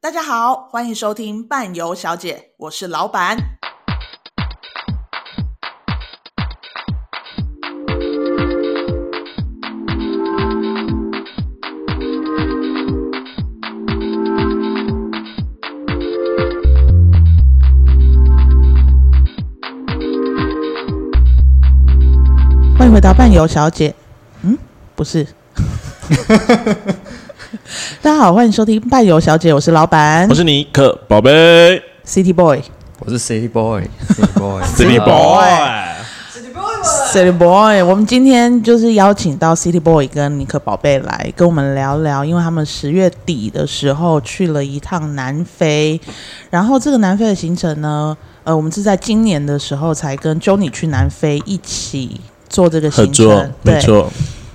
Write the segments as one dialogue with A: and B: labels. A: 大家好，欢迎收听伴游小姐，我是老板。欢迎回到伴游小姐。嗯，不 是。大家好，欢迎收听伴游小姐，我是老板
B: 我是尼克宝贝
A: City Boy。
C: 我是 City 啊 Boy，City Boy，City
B: ，City Boy。
A: City Boy，我们今天就是邀请到 City Boy 跟尼克宝贝来跟我们聊聊，因为他们十月底的时候去了一趟南非，然后这个南非的行程呢，呃，我们是在今年的时候才跟 Johnny 去南非一起做这个
B: 合
A: 行
B: 作
A: 程，，
B: 没
A: 对。
B: 错，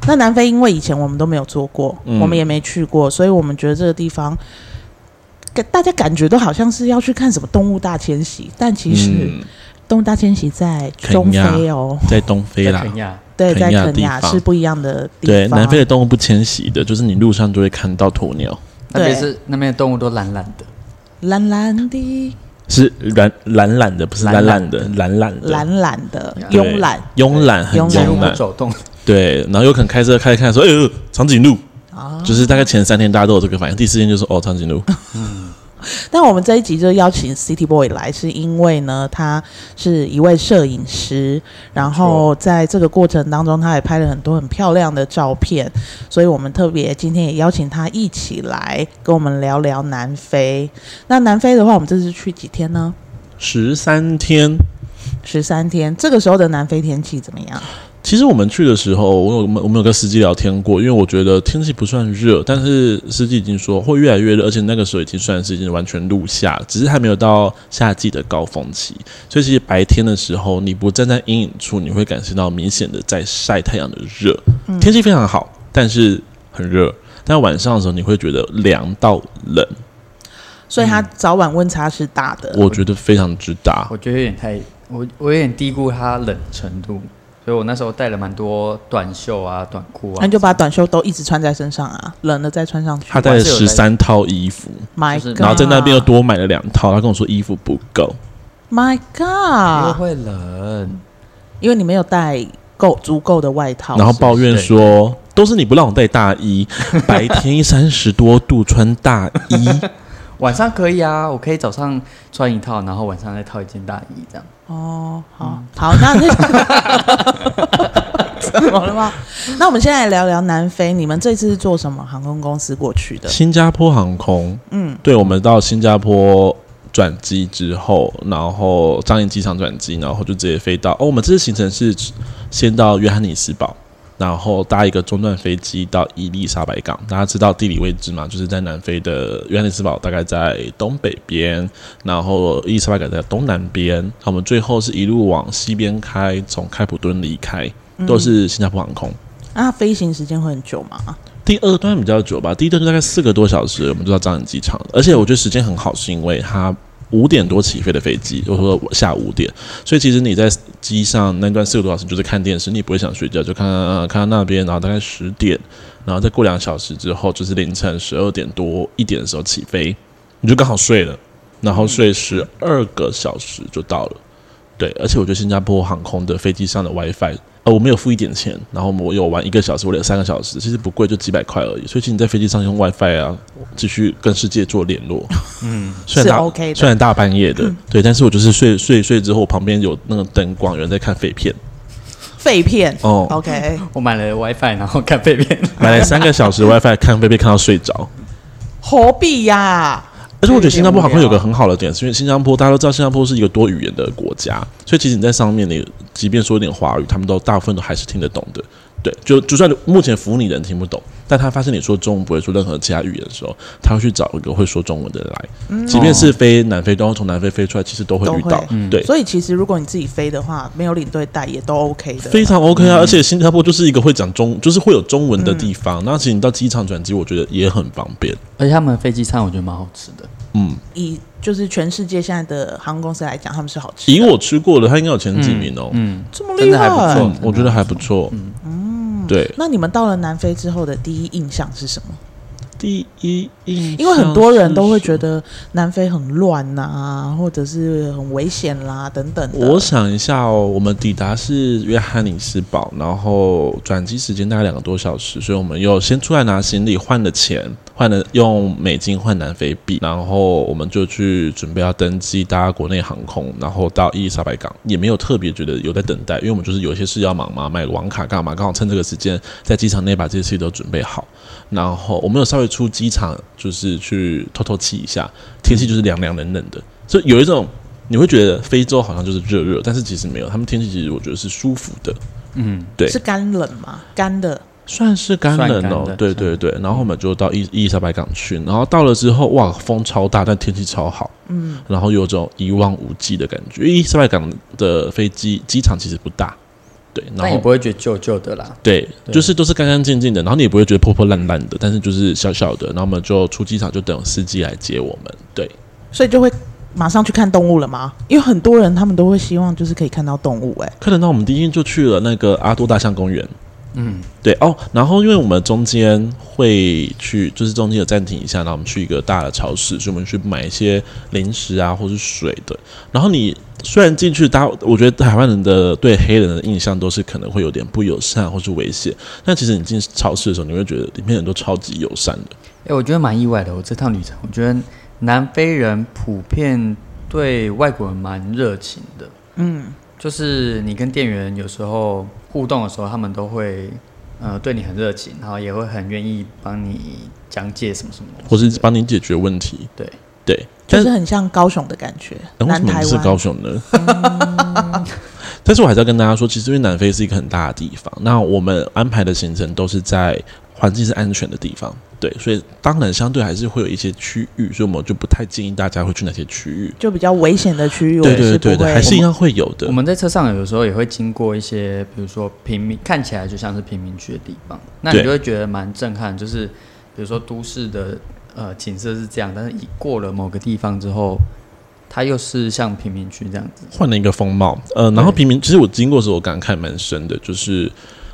A: 那南非因为以前我们都没有做过，
B: 嗯
A: 我们也没去过，所以我们觉得这个地方。给大家感觉都好像是要去看什么动物大迁徙，但其实
B: 嗯，
A: 动物大迁徙在中
B: 肯亚啊
A: 非哦，
B: 在东非啦，
C: 亚，
A: 对，
B: 肯
A: 在
B: 亚
A: 肯
B: 地
A: 亚
B: 方
A: 是不一样的地
B: 对，
A: 方。
B: 南非的动物不迁徙的，就是你路上就会看到鸵鸟，
C: 那边是那边的动物都懒懒的，
A: 蓝蓝的、
B: 是懒懒懒的，不是懒
C: 懒懒
B: 懒的，懒懒的，
A: 懒懒的、
B: 对
A: 慵懒，
B: 慵懒，很
A: 慵懒
C: 几乎
B: 慵
C: 不
B: 懒，
C: 走动。
B: 对，然后有可能开车开一看说，哎呦，长颈鹿。
A: 啊
B: 就是大概前三天大家都有这个反应，第四天就说哦，长 颈鹿，
A: 但我们这一集就邀请 City Boy 来，是因为呢，他是一位摄影师，然后在这个过程当中，他也拍了很多很漂亮的照片，所以我们特别今天也邀请他一起来跟我们聊聊南非。那南非的话，我们这次去几天呢？
B: 十三天。
A: 十三天。这个时候的南非天气怎么样？
C: 嗯
B: 其实我们去的时候，我有我们我们有跟司机聊天过，因为我觉得天气不算热，但是司机已经说会越来越热，而且那个时候已经算是已经完全入夏，只是还没有到夏季的高峰期。所以其实白天的时候，你不站在阴影处，你会感受到明显的在晒太阳的热，天气非常好，但是很热。但晚上的时候，你会觉得凉到冷，
A: 所以它早晚温差是大的。
B: 我觉得非常之大。
C: 我觉得有点太，我我有点低估它冷的程度，所以我那时候带了蛮多短袖啊、短裤
A: 那
C: 啊
A: 你，就把短袖都一直穿在身上啊，冷了再穿上去。
B: 他带了十三套衣服，
A: My
C: 就是
A: God！
B: 然后在那边又多买了两套，他跟我说衣服不够。
A: My
C: 因为
A: God！
C: 会冷，
A: 因为你没有带够足够的外套，
B: 然后抱怨
C: 对
B: 说：“都是你不让我带大衣，白天三十多度穿大衣，
C: 晚上可以啊，我可以早上穿一套，然后晚上再套一件大衣这样。
A: 哦，好
C: 嗯
A: 好，那 那怎么了吗？那我们现在来聊聊南非，你们这次是坐什么航空公司过去的？
B: 新加坡航空，嗯，对，我们到新加坡转机之后，然后樟宜机场转机，然后就直接飞到哦，我们这次行程是先到约翰尼斯堡。”然后搭一个中段飞机到伊丽莎白港，大家知道地理位置嘛？就是在南非的约翰内斯堡大概在东北边，然后伊丽莎白港在东南边。我们最后是一路往西边开，从开普敦离开，都是新加坡航空。
A: 啊，飞行时间会很久吗？
B: 第二段比较久吧，第一段就大概四个多小时，我们就到樟宜机场了。而且我觉得时间很好，是因为它五点多起飞的飞机，我说下午五点，所以其实你在机上那段四个多小时就是看电视，你也不会想睡觉，就看看看那边，然后大概十点，然后再过两小时之后就是凌晨十二点多一点的时候起飞，你就刚好睡了，然后睡十二个小时就到了。对，而且我觉得新加坡航空的飞机上的 WiFi，呃，我没有付一点钱，然后我有玩一个小时，我有三个小时，其实不贵，就几百块而已。所以其实你在飞机上用 WiFi 啊，继续跟世界做联络，嗯，虽然大
A: 是 OK 的嗯
B: 虽然大半夜的，对，但是我就是睡睡睡之后，我旁边有那个灯光，有人在看废片，
A: 废片
B: 哦
A: ，OK，
C: 我买了 WiFi，然后看背面，
B: 买了三个小时 WiFi 看废片，看到睡着。
A: 何必呀、
B: 而且我觉得新加坡航空有个很好的点，是因为新加坡大家都知道，新加坡是一个多语言的国家，所以其实你在上面，你即便说一点华语，他们都大部分都还是听得懂的。对，就就算目前服务你的人听不懂，但他发现你说中文不会说任何其他语言的时候，他会去找一个会说中文的人来。即便是飞南非，然后从南非飞出来，其实都会遇
A: 都
B: 到
A: 会。
B: 对，
A: 所以其实如果你自己飞的话，没有领队带也都 OK 的。
B: 非常 OK 啊！而且新加坡就是一个会讲中，就是会有中文的地方。那其实你到机场转机，我觉得也很方便。
C: 而且他们的飞机餐我觉得蛮好吃的，
B: 嗯，
A: 以就是全世界现在的航空公司来讲，他们是好吃
B: 以
A: 的，
B: 我吃过的，它应该有前几名哦。
C: 嗯，
A: 这么
C: 真
A: 厉
C: 的还不
A: 害。
C: 错
B: 嗯，我觉得还不错。嗯，对，
A: 那你们到了南非之后的第一印象是什么？
B: 第一
A: 因为很多人都会觉得南非很乱呐、或者是很危险啦等等的。
B: 我想一下哦，我们抵达是约翰尼斯堡，然后转机时间大概两个多小时，所以我们又先出来拿行李，换了钱，换了用美金换南非币，然后我们就去准备要登机搭国内航空，然后到伊丽莎白港，也没有特别觉得有在等待，因为我们就是有一些事要忙嘛，买网卡干嘛，刚好趁这个时间在机场内把这些事情都准备好，然后我们有稍微出机场，就是去透透气一下，天气就是凉凉冷冷的，所以有一种。你会觉得非洲好像就是热热，但是其实没有，他们天气其实我觉得是舒服的，
C: 嗯，
B: 对
A: 是干冷嘛？干的，
B: 算是干冷
C: 算
B: 哦
C: 干。的
B: 对对对，然后我们就到伊伊丽莎白港去，然后到了之后，哇，风超大，但天气超好，
A: 嗯，
B: 然后有种一望无际的感觉。因为伊丽莎白港的飞机机场其实不大，对，然
C: 但也
B: 后
C: 不会觉得旧旧的啦。
B: 对，
C: 对
B: 就是都是干干净净的，然后你也不会觉得破破烂烂的，但是就是小小的。然后我们就出机场就等司机来接我们，对。
A: 所以就会马上去看动物了吗？因为很多人他们都会希望就是可以看到动物、哎，
B: 可能到我们第一天就去了那个阿多大象公园。
C: 嗯，
B: 对哦，然后因为我们中间会去，就是中间有暂停一下，然后我们去一个大的超市，所以我们去买一些零食啊，或是水的。然后你虽然进去，大家我觉得台湾人的对黑人的印象都是可能会有点不友善或是危险，但其实你进超市的时候，你会觉得里面人都超级友善的。
C: 哎、我觉得蛮意外的。我这趟旅程，我觉得南非人普遍对外国人蛮热情的，
A: 嗯，
C: 就是你跟店员有时候互动的时候，他们都会呃对你很热情，然后也会很愿意帮你讲解什么什么东西
B: 或是帮你解决问题。
C: 对
B: 对，
A: 就
B: 但
A: 是很像高雄的感觉，
B: 哎为什
A: 南
B: 么
A: 台
B: 不是
A: 湾。嗯
B: 高雄呢？ 但是我还是要跟大家说，其实因为南非是一个很大的地方，那我们安排的行程都是在环境是安全的地方，对，所以当然相对还是会有一些区域，所以我们就不太建议大家会去那些区域。
A: 就比较危险的区域，
B: 对
A: 我也
B: 对
A: 是不
B: 对的，
A: 会
B: 还是一样会有的
C: 我。们在车上有时候也会经过一些，比如说贫民，看起来就像是贫民区的地方，那你
B: 对
C: 就会觉得蛮震撼。就是比如说都市的呃景色是这样，但是一过了某个地方之后，它又是像贫民区这样子。
B: 换了一个风貌，呃，然后平民，其实我经过的时候，我感慨蛮深的，就是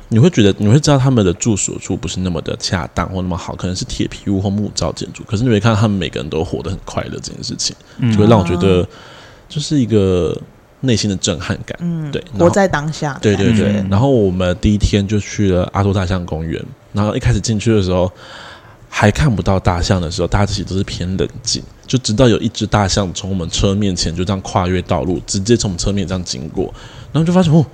B: 你会觉得你会知道他们的住所处不是那么的恰当或那么好，可能是铁皮屋或木造建筑，可是你会看到他们每个人都活得很快乐这件事情，就会让我觉得就是一个内心的震撼感，
A: 嗯，
B: 对然后
A: 活在当下的
B: 对
A: 感觉。
B: 对对
C: 嗯。
B: 然后我们第一天就去了阿多大象公园，然后一开始进去的时候还看不到大象的时候，大家其实都是偏冷静，就直到有一只大象从我们车面前就这样跨越道路，直接从我们车面这样经过，然后就发现哦，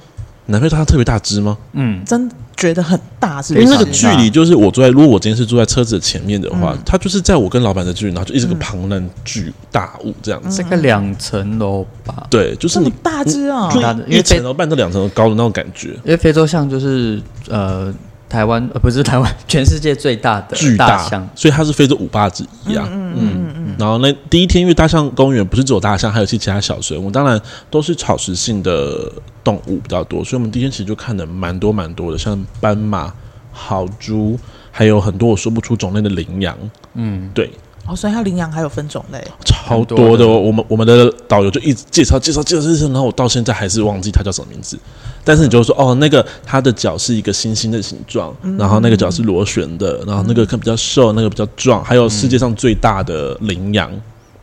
B: 南非大象特别大只吗？
C: 嗯，
A: 真觉得很大，是不
B: 因
A: 是？
B: 为那个
C: 非常
B: 距
C: 大
B: 离就是我坐在，如果我今天是坐在车子的前面的话
A: 嗯，
B: 它就是在我跟老板的距离，然后就一直个庞然巨大物这样子。
C: 大概两层楼吧。
B: 对，就是
A: 这么
B: 你
A: 大只啊
B: 就！
C: 嗯哦大的因
B: 一
C: 为
B: 层楼半到两层楼高的那种感觉。
C: 因为非洲象就是呃台湾呃不是台湾，全世界最大的
B: 巨
C: 大象。
B: 所以它是非洲五霸之一啊。嗯然后那第一天，因为大象公园不是只有大象，还有一些其他小生物，当然都是草食性的动物比较多，所以我们第一天其实就看的蛮多蛮多的，像斑马、豪猪，还有很多我说不出种类的羚羊，
C: 嗯，
B: 对，
A: 哦，所以它领养还有分种类，
B: 超
C: 很多
B: 多的
C: 的
B: 哦。我们我们的导游就一直介绍介绍介绍介绍，然后我到现在还是忘记它叫什么名字。但是你就说哦，那个它的脚是一个星星的形状，然后那个脚是螺旋的，然后那个可能比较瘦，那个比较壮，还有世界上最大的羚羊。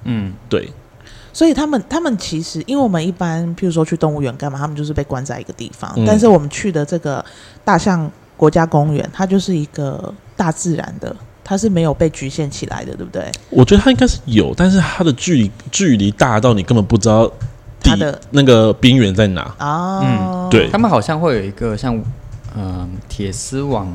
C: 嗯，
B: 对，
A: 所以他们他们其实，因为我们一般譬如说去动物园干嘛，他们就是被关在一个地方，
B: 嗯
A: 但是我们去的这个大象国家公园，它就是一个大自然的，它是没有被局限起来的，对不对？
B: 我觉得它应该是有，但是它的距离距离大到你根本不知道地
A: 它的
B: 那个边缘在哪。嗯
A: 啊，
B: 对
C: 他们好像会有一个像嗯铁丝网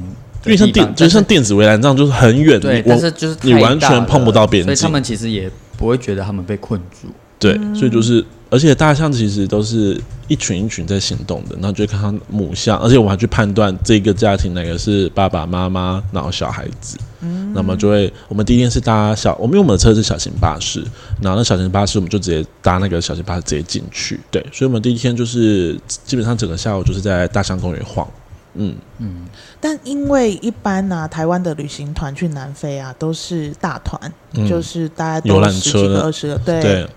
B: 因
C: 的地方，
B: 为像电，就像
C: 但是
B: 电子围栏这样，就是很远，
C: 对，
B: 你
C: 但
B: 我
C: 是就是
B: 你
C: 太
B: 完
C: 大
B: 全
C: 了
B: 碰不到边
C: 所以他
B: 境
C: 们其实也不会觉得他们被困住。
B: 对，
A: 嗯
B: 所以就是，而且大象其实都是一群一群在行动的，然后就会看到母象，而且我还去判断这个家庭哪个是爸爸妈妈，然后小孩子，嗯，那么就会，我们第一天是搭小，我们因为我们的车是小型巴士，然后那小型巴士我们就直接搭那个小型巴士直接进去，对，所以我们第一天就是基本上整个下午就是在大象公园晃，嗯，
C: 嗯，
A: 但因为一般呢、啊，台湾的旅行团去南非啊，都是大团，
B: 嗯，
A: 就是大概
B: 游
A: 都
B: 览
A: 十
B: 车
A: 几个、
B: 的
A: 二十个，对。
B: 对，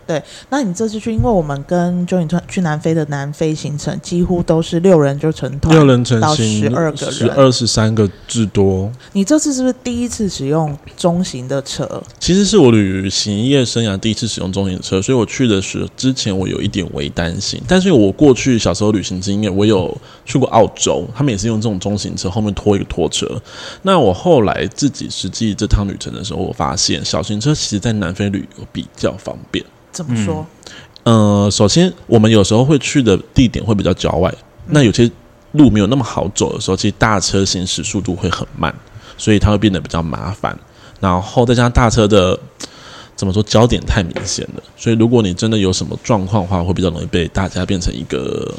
A: 那你这次去，因为我们跟 j o y 团去南非的南非行程，几乎都是六人就成团。
B: 六人成
A: 到
B: 行，
A: 12个人
B: 十二十三个至多。
A: 你这次是不是第一次使用中型的车？
B: 其实是我旅行业生涯第一次使用中型车，所以我去的时之前我有一点微担心，但是我过去小时候旅行经验，我有去过澳洲，他们也是用这种中型车，后面拖一个拖车。那我后来自己实际这趟旅程的时候，我发现小型车其实在南非旅游比较方便。
A: 怎么说？
B: 呃，首先我们有时候会去的地点会比较郊外，那有些路没有那么好走的时候，其实大车行驶速度会很慢，所以它会变得比较麻烦。然后再加上大车的怎么说焦点太明显了，所以如果你真的有什么状况的话，会比较容易被大家变成一个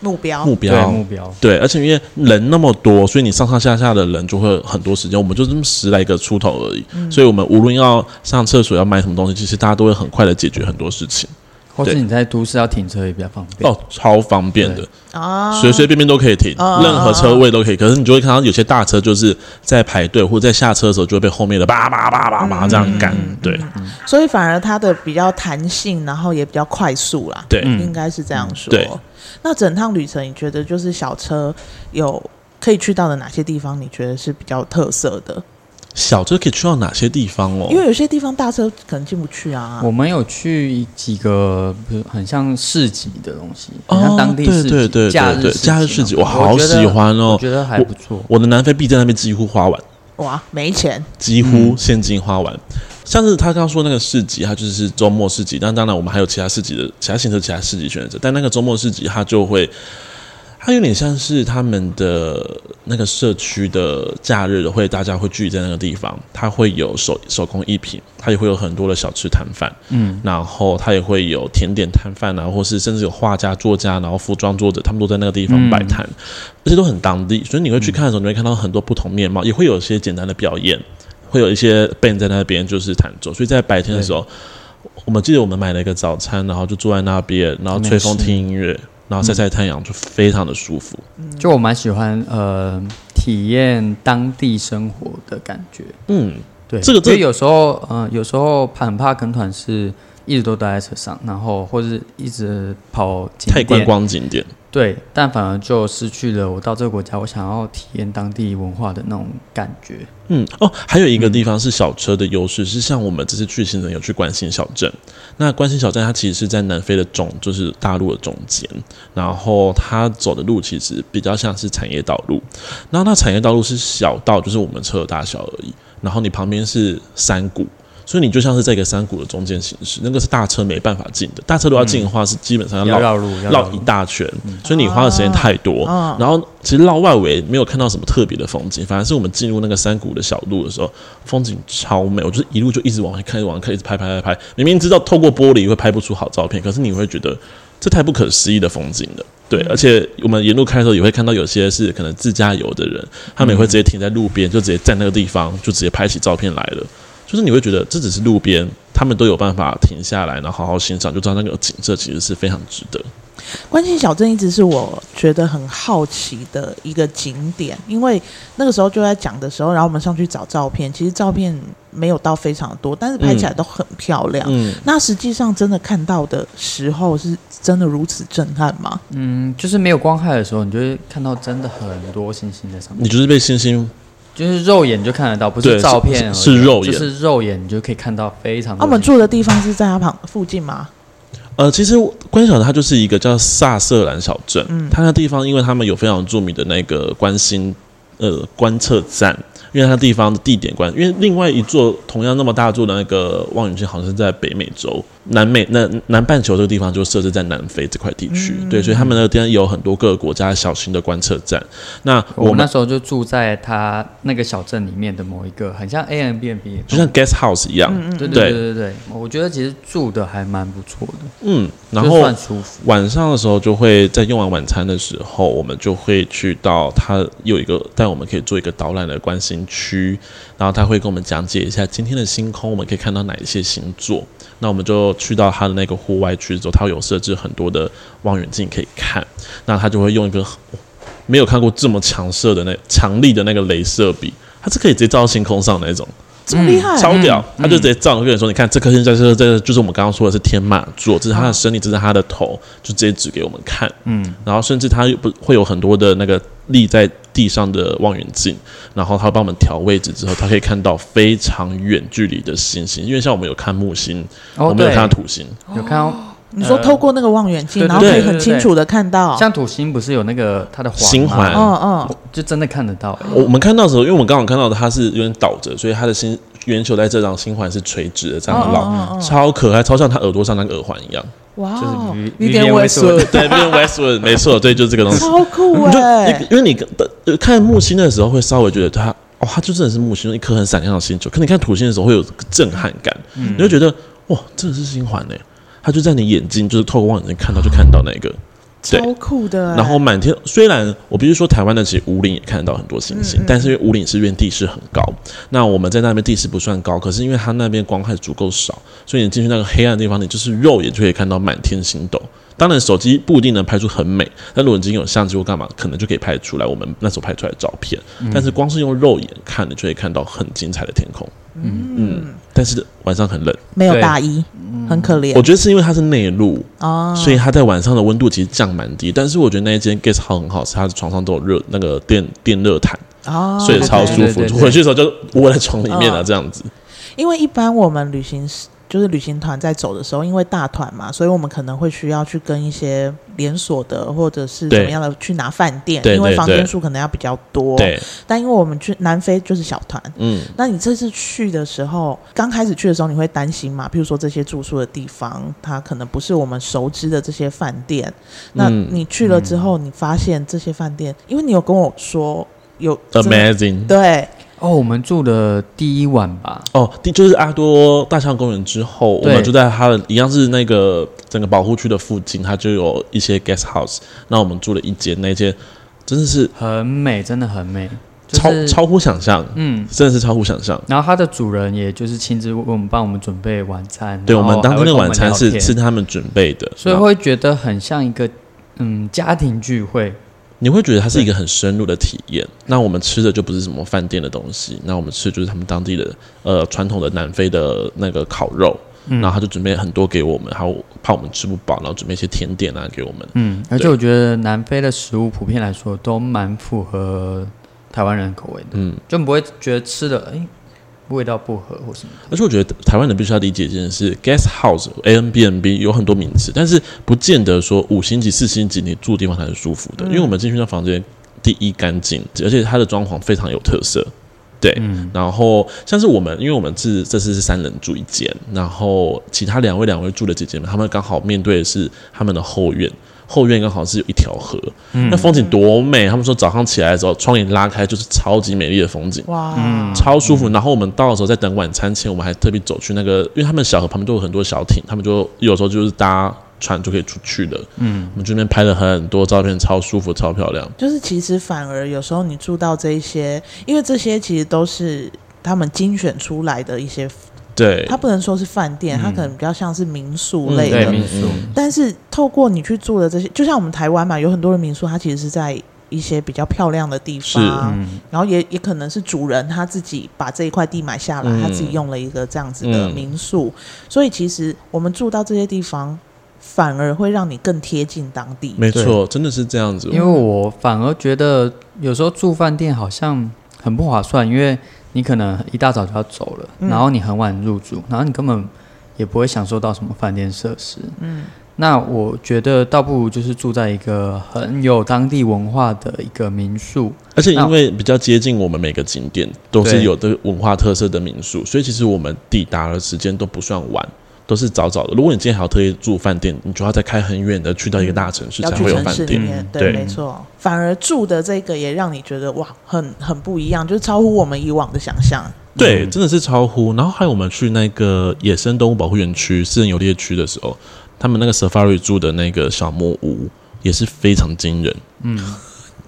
A: 目标？
B: 目
C: 对
B: 标。
C: 目标，
B: 对，而且因为人那么多，所以你上上下下的人就会有很多时间，我们就这么十来个出头而已，所以我们无论要上厕所要买什么东西，其实大家都会很快的解决很多事情。
C: 或是你在都市要停车也比较方便。
B: 哦，超方便的
C: 对，
A: 啊，
B: 随随便便都可以停，
A: 啊
B: 任何车位都可以。可是你就会看到有些大车就是在排队或者在下车的时候，就会被后面的叭叭叭叭叭这样赶。对
A: 所以反而它的比较弹性，然后也比较快速啦。
B: 对，嗯
A: 应该是这样说。
B: 对
A: 那整趟旅程，你觉得就是小车有可以去到的哪些地方？你觉得是比较有特色的？
B: 哦小车可以去到哪些地方哦
A: 因？为有些地方大车可能进不去啊。
C: 我们有去几个比如很像市集的东西，
B: 哦
C: 很像当地市集、
B: 对对对
C: 假
B: 对对
C: 日
B: 假日市
C: 市
B: 集
C: 那
B: 我
C: 种
B: 好
C: 觉得
B: 喜欢哦
C: 我觉得还不错。
B: 我的南非币在那边几乎花完，
A: 哇，没钱，
B: 几乎现金花完。像是他刚刚说那个市集，它就是周末市集，但当然我们还有其他市集的其他行程、其他市集选择。但那个周末市集，它就会，它有点像是他们的那个社区的假日会，大家会聚集在那个地方，它会有手手工艺品，它也会有很多的小吃摊贩，
C: 嗯，
B: 然后它也会有甜点摊贩啊，或是甚至有画家、作家，然后服装作者，他们都在那个地方
C: 嗯
B: 摆摊，而且都很当地，所以你会去看的时候，你会看到很多不同面貌，也会有一些简单的表演，会有一些 band 在那边就是弹奏，所以在白天的时候，我们记得我们买了一个早餐，然后就坐在那边，然后吹风
C: 没事嗯
B: 听音乐，然后晒晒太阳，就非常的舒服。
C: 就我蛮喜欢呃体验当地生活的感觉。
B: 嗯，
C: 对，
B: 这个
C: 因
B: 这
C: 为
B: 个
C: 有时候，嗯、有时候怕很怕跟团是一直都待在车上，然后或是一直跑景
B: 太
C: 点，
B: 观光景点，
C: 对，但反而就失去了我到这个国家，我想要体验当地文化的那种感觉。
B: 嗯，哦，还有一个地方是小车的优势，是像我们这次去行程有去关心小镇。那关心小镇它其实是在南非的中，就是大陆的中间，然后它走的路其实比较像是产业道路。然后那产业道路是小到就是我们车的大小而已，然后你旁边是山谷。所以你就像是在一个山谷的中间行驶，那个是大车没办法进的。大车如果要进的话，是基本上要
C: 嗯要
B: 绕
C: 绕路，要
B: 绕
C: 绕
B: 一
C: 路。
B: 大圈，所以你花的时间太多。
A: 啊
B: 然后其实绕外围没有看到什么特别的风景，反而是我们进入那个山谷的小路的时候，风景超美。我就是一路就一直往下看，一直往下看，一直拍拍拍拍。明明知道透过玻璃会拍不出好照片，可是你会觉得这太不可思议的风景了。对，而且我们沿路开的时候也会看到有些是可能自驾游的人，他们也会直接停在路边，就直接站那个地方，就直接拍起照片来了。就是你会觉得这只是路边，他们都有办法停下来，然后好好欣赏，就知道那个景色其实是非常值得。
A: 关心小镇一直是我觉得很好奇的一个景点，因为那个时候就在讲的时候，然后我们上去找照片，其实照片没有到非常多，但是拍起来都很漂亮。
B: 嗯，
A: 那实际上真的看到的时候，是真的如此震撼吗？
C: 嗯，就是没有光害的时候，你就会看到真的很多星星在上面，
B: 你就是被星星
C: 就是肉眼就看得到，不
B: 对
C: 是
B: 是
C: 照片而已啊
B: 是是肉眼
C: 就是肉眼你就可以看到非常
A: 啊、我
C: 多
A: 们
C: 星星。
A: 住的地方是在它旁附近吗？
B: 呃，其实关小镇它就是一个叫萨瑟兰小镇，
A: 嗯
B: 它那地方因为他们有非常著名的那个关心呃观测站，因为它地方的地点关，因为另外一座同样那么大座的那个望远镜好像是在北美洲、南美南南半球这个地方就设置在南非这块地区，
C: 嗯
B: 对，所以他们那边有很多各个国家小型的观测站。那
C: 我
B: 我
C: 哦们那
B: 们
C: 时候就住在他那个小镇里面的某一个，很像 A M B N B，
B: 就像 guest house 一样，
C: 嗯对
B: 对
C: 对对对对，我觉得其实住的还蛮不错的，
B: 嗯，然
C: 就
B: 后
C: 算舒服。
B: 晚上的时候，就会在用完晚餐的时候，我们就会去到它有一个带我们可以做一个导览的观星区，然后他会跟我们讲解一下今天的星空，我们可以看到哪一些星座。那我们就去到它的那个户外区之后，它有设置很多的望远镜可以看，那它就会用一个没有看过这么强射的那强力的那个镭射笔，它是可以直接照到星空上的那种。
A: 这么厉害，
B: 超屌，
C: 嗯
B: 他就直接照跟你说，你看这颗现在是这个就是我们刚刚说的是天马座，这是他的身体，这是他的头，就直接指给我们看。
C: 嗯，
B: 然后甚至他不会有很多的那个立在地上的望远镜，然后他帮我们调位置之后，他可以看到非常远距离的星星，因为像我们有看木星，
C: 哦
B: 我们有
C: 对，
B: 看到土星，
C: 有看到，
A: 你说透过那个望远镜，
C: 对对
A: 然后可以
B: 对
A: 很清楚的看到，
C: 像土星不是有那个它的环
B: 星
C: 吗
B: 环
A: 嗯嗯，
C: 就真的看得到、欸。
B: 我我们看到的时候，因为我们刚好看到的它是有点倒着，所以它的星圆球在这张星环是垂直的这样绕，
A: 哦哦哦哦
B: 超可爱，超像他耳朵上那个耳环一样。
A: 哇
C: 就是
A: 哦
C: Viv-
A: ，Vivian
C: Vivian Westwood
A: Westwood，
B: 对，变 Westwood，没错，对，就是这个东西。
A: 超酷
B: 你就
A: 哎、
B: 因为你呃看木星的时候，会稍微觉得它哦，它就真的是木星一颗很闪亮的星球。可你看土星的时候，会有震撼感，你就觉得哇，真的是星环呢、它就在你眼睛，就是透过望远镜看到就看到那个。对
A: 超酷的、哎
B: 然后满天，虽然我必须说台湾的其实五岭也看得到很多星星，
A: 嗯嗯
B: 但是因为五岭是因为地势很高，那我们在那边地势不算高，可是因为它那边光害足够少，所以你进去那个黑暗的地方，你就是肉眼就可以看到满天星斗。当然，手机不一定能拍出很美，但如果你今天有相机或干嘛，可能就可以拍出来我们那时候拍出来的照片。但是光是用肉眼看，你就可以看到很精彩的天空。嗯嗯，但是晚上很冷，
A: 没有大衣，很可怜
B: 我觉得是因为它是内陆，
C: 嗯
A: 哦。
B: 所以它在晚上的温度其实降蛮低，但是我觉得那一间 guest house 很好吃，它的床上都有热那个电电热毯，
A: 哦，
B: 睡得超
A: OK
B: 舒服。
C: 对对对对
B: 回去的时候就窝在床里面啊，
A: 嗯
B: 这样子。
A: 因为一般我们旅行就是旅行团在走的时候，因为大团嘛，所以我们可能会需要去跟一些连锁的或者是
B: 对
A: 怎么样的去拿饭店，
B: 对
A: 因为
B: 对
A: 房间
B: 对
A: 数可能要比较多。，
C: 哦
B: 对，
A: 但因为我们去南非就是小团。
B: 嗯，
A: 那你这次去的时候，刚开始去的时候，你会担心嘛？譬如说这些住宿的地方，它可能不是我们熟知的这些饭店。那
B: 嗯
A: 你去了之后，你发现这些饭店，因为你有跟我说有真的
B: ，amazing。
A: 对，
C: 哦，我们住的第一晚吧，
B: 哦，第就是阿多大象公园之后，我
C: 对
B: 们就在它的一样是那个整个保护区的附近，它就有一些 guest house。那我们住了一间，那间真的是
C: 很美，真的很美，
B: 超、
C: 就是、
B: 超乎想象，
C: 嗯。
B: 真的是超乎想象。
C: 然后它的主人也就是亲自为我们帮我们准备晚餐，
B: 对我
C: 然后
B: 们当
C: 还
B: 天的
C: 会跟我
B: 晚餐
C: 聊
B: 是
C: 天
B: 是他们准备的，
C: 所以
B: 然后
C: 会觉得很像一个嗯家庭聚会，
B: 你会觉得它是一个很深入的体验。那我们吃的就不是什么饭店的东西，那我们吃的就是他们当地的呃传统的南非的那个烤肉，然后他就准备很多给我们，还有怕我们吃不饱，然后准备一些甜点啊给我们。
C: 嗯，而且我觉得南非的食物普遍来说都蛮符合台湾人口味的，
B: 嗯，
C: 就不会觉得吃的哎味道不合或什么的。
B: 而且我觉得台湾人必须要理解一件事：guest house、Airbnb 有很多名词，但是不见得说五星级、四星级你住的地方才是舒服的，因为我们进去那房间，第一干净，而且它的装潢非常有特色。对，然后像是我们，因为我们是这次是三人住一间，然后其他两位两位住的姐姐们，她们刚好面对的是他们的后院，后院刚好是有一条河，那风景多美！他们说早上起来的时候，窗帘拉开就是超级美丽的风景。
A: 哇，
B: 超舒服。然后我们到的时候，在等晚餐前，我们还特别走去那个，因为他们小河旁边都有很多小艇，他们就有时候就是搭船就可以出去了。嗯，我们这边拍了很多照片，超舒服，超漂亮。
A: 就是其实反而有时候你住到这一些，因为这些其实都是他们精选出来的一些，
B: 对，嗯
A: 它不能说是饭店，它可能比较像是民宿类
C: 对
A: 的。
C: 民宿，
A: 但是透过你去住的这些，就像我们台湾嘛，有很多的民宿，它其实是在一些比较漂亮的地
B: 是嗯
A: 方，然后也也可能是主人他自己把这一块地买下来，
B: 嗯
A: 他自己用了一个这样子的
B: 嗯
A: 民宿，所以其实我们住到这些地方，反而会让你更贴近当地。
B: 没错，真的是这样子。
C: 因为我反而觉得有时候住饭店好像很不划算，因为你可能一大早就要走了，
A: 嗯
C: 然后你很晚入住，然后你根本也不会享受到什么饭店设施。嗯，那我觉得倒不如就是住在一个很有当地文化的一个民宿。
B: 而且因为
A: 嗯
B: 比较接近我们每个景点都是
C: 对
B: 有的文化特色的民宿，所以其实我们抵达的时间都不算晚。都是早早的。如果你今天还要特意住饭店，你就要再开很远的去到一个大城市
A: 要
B: 才
A: 去
B: 会有
A: 城
B: 饭
A: 市里
B: 店。
A: 面
C: 嗯，
A: 对，
B: 对
A: 没错。反而住的这个也让你觉得哇，很很不一样，就是超乎我们以往的想象。
B: 对，真的是超乎。然后还有我们去那个野生动物保护园区、私人游猎区的时候，他们那个 safari 住的那个小木屋也是非常惊人。